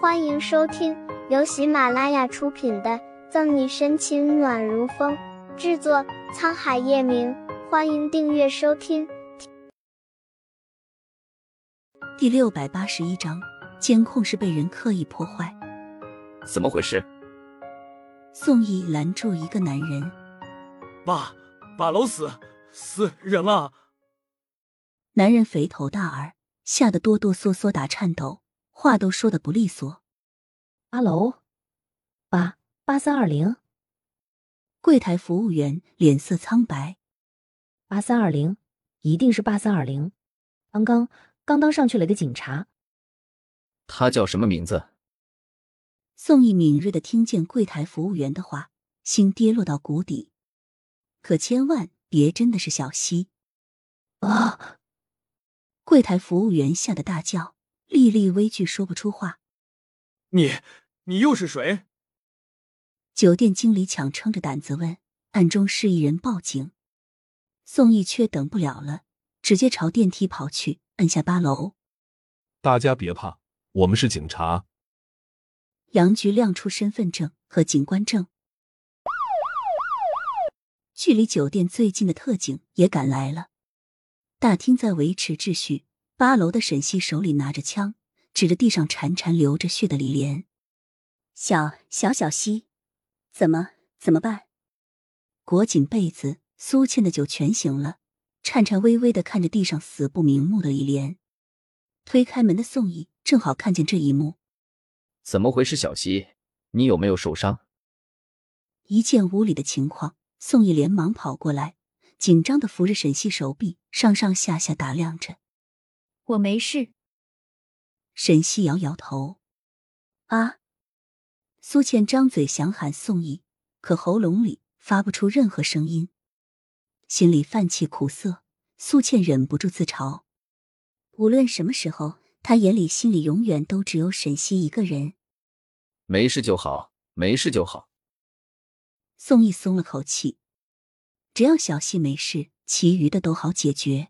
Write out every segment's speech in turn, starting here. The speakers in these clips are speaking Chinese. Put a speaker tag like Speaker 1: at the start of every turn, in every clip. Speaker 1: 欢迎收听由喜马拉雅出品的《赠你深情暖如风》，制作沧海夜明。欢迎订阅收听。
Speaker 2: 第六百八十一章，监控是被人刻意破坏。
Speaker 3: 怎么回事？
Speaker 2: 宋义拦住一个男人，
Speaker 4: 爸，把楼死死人了！
Speaker 2: 男人肥头大耳，吓得哆哆嗦嗦打颤抖，话都说的不利索。
Speaker 5: 八楼，八八三二零，
Speaker 2: 柜台服务员脸色苍白。
Speaker 5: 八三二零，一定是八三二零。刚刚刚刚上去了个警察，
Speaker 3: 他叫什么名字？
Speaker 2: 宋义敏锐的听见柜台服务员的话，心跌落到谷底。可千万别真的是小溪！
Speaker 5: 啊！
Speaker 2: 柜台服务员吓得大叫，历历危惧，说不出话。
Speaker 4: 你你又是谁？
Speaker 2: 酒店经理强撑着胆子问，暗中示意人报警。宋义却等不了了，直接朝电梯跑去，摁下八楼。
Speaker 6: 大家别怕，我们是警察。
Speaker 2: 杨局亮出身份证和警官证，距离酒店最近的特警也赶来了。大厅在维持秩序，八楼的沈西手里拿着枪，指着地上潺潺流着血的李莲：“
Speaker 7: 小小小西，怎么怎么办？”
Speaker 2: 裹紧被子，苏倩的酒全醒了，颤颤巍巍的看着地上死不瞑目的李莲。推开门的宋义正好看见这一幕。
Speaker 3: 怎么回事，小西？你有没有受伤？
Speaker 2: 一见屋里的情况，宋义连忙跑过来，紧张的扶着沈西手臂，上上下下打量着。
Speaker 7: 我没事。
Speaker 2: 沈西摇摇头。
Speaker 7: 啊！
Speaker 2: 苏倩张嘴想喊宋义，可喉咙里发不出任何声音，心里泛起苦涩。苏倩忍不住自嘲：
Speaker 7: 无论什么时候。他眼里、心里永远都只有沈西一个人。
Speaker 3: 没事就好，没事就好。
Speaker 2: 宋义松了口气，只要小西没事，其余的都好解决。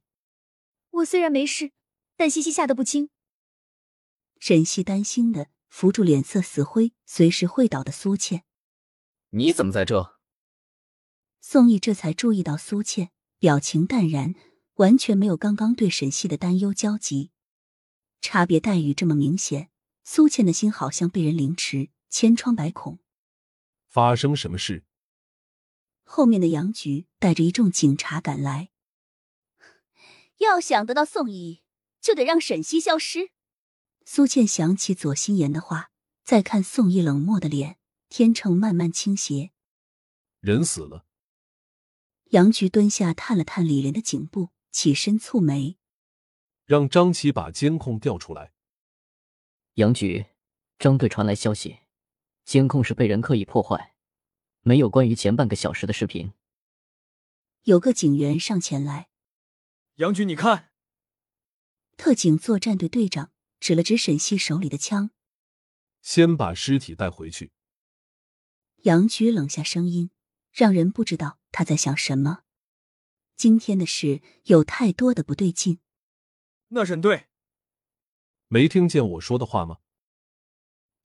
Speaker 7: 我虽然没事，但西西吓得不轻。
Speaker 2: 沈西担心的扶住脸色死灰、随时会倒的苏倩。
Speaker 3: 你怎么在这？
Speaker 2: 宋义这才注意到苏倩表情淡然，完全没有刚刚对沈西的担忧焦急。差别待遇这么明显，苏倩的心好像被人凌迟，千疮百孔。
Speaker 6: 发生什么事？
Speaker 2: 后面的杨局带着一众警察赶来。
Speaker 7: 要想得到宋义，就得让沈西消失。
Speaker 2: 苏倩想起左心言的话，再看宋义冷漠的脸，天秤慢慢倾斜。
Speaker 6: 人死了。
Speaker 2: 杨局蹲下探了探李莲的颈部，起身蹙眉。
Speaker 6: 让张琪把监控调出来。
Speaker 8: 杨局，张队传来消息，监控是被人刻意破坏，没有关于前半个小时的视频。
Speaker 2: 有个警员上前来，
Speaker 4: 杨局，你看。
Speaker 2: 特警作战队队长指了指沈西手里的枪，
Speaker 6: 先把尸体带回去。
Speaker 2: 杨局冷下声音，让人不知道他在想什么。今天的事有太多的不对劲。
Speaker 4: 那沈队，
Speaker 6: 没听见我说的话吗？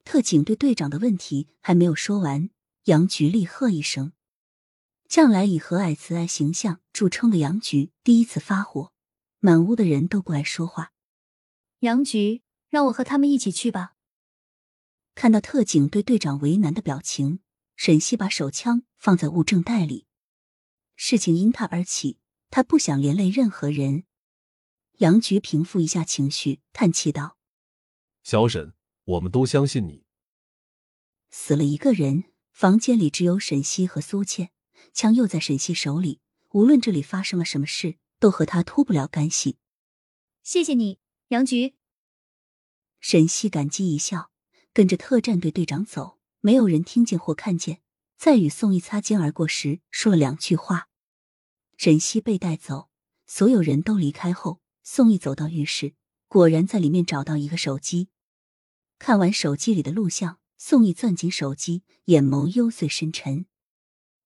Speaker 2: 特警队队长的问题还没有说完，杨局厉喝一声。向来以和蔼慈爱形象著称的杨局第一次发火，满屋的人都不爱说话。
Speaker 7: 杨局，让我和他们一起去吧。
Speaker 2: 看到特警队队长为难的表情，沈西把手枪放在物证袋里。事情因他而起，他不想连累任何人。杨局平复一下情绪，叹气道：“
Speaker 6: 小沈，我们都相信你。
Speaker 2: 死了一个人，房间里只有沈西和苏倩，枪又在沈西手里。无论这里发生了什么事，都和他脱不了干系。”
Speaker 7: 谢谢你，杨局。
Speaker 2: 沈西感激一笑，跟着特战队队长走。没有人听见或看见，在与宋义擦肩而过时说了两句话。沈西被带走，所有人都离开后。宋义走到浴室，果然在里面找到一个手机。看完手机里的录像，宋义攥紧手机，眼眸幽邃深沉。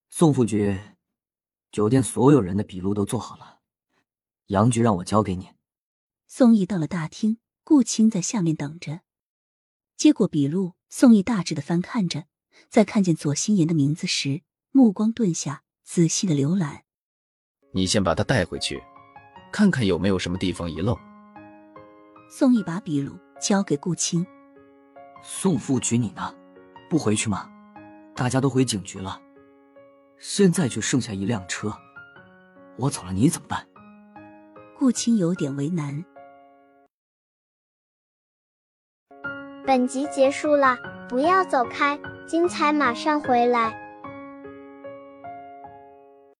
Speaker 9: 宋副局，酒店所有人的笔录都做好了，杨局让我交给你。
Speaker 2: 宋义到了大厅，顾青在下面等着。接过笔录，宋义大致的翻看着，在看见左心言的名字时，目光顿下，仔细的浏览。
Speaker 3: 你先把他带回去，看看有没有什么地方遗漏。
Speaker 2: 宋义把笔录交给顾青，
Speaker 9: 宋副局你呢？不回去吗？大家都回警局了，现在就剩下一辆车，我走了你怎么办？
Speaker 2: 顾青有点为难。
Speaker 1: 本集结束了，不要走开，精彩马上回来。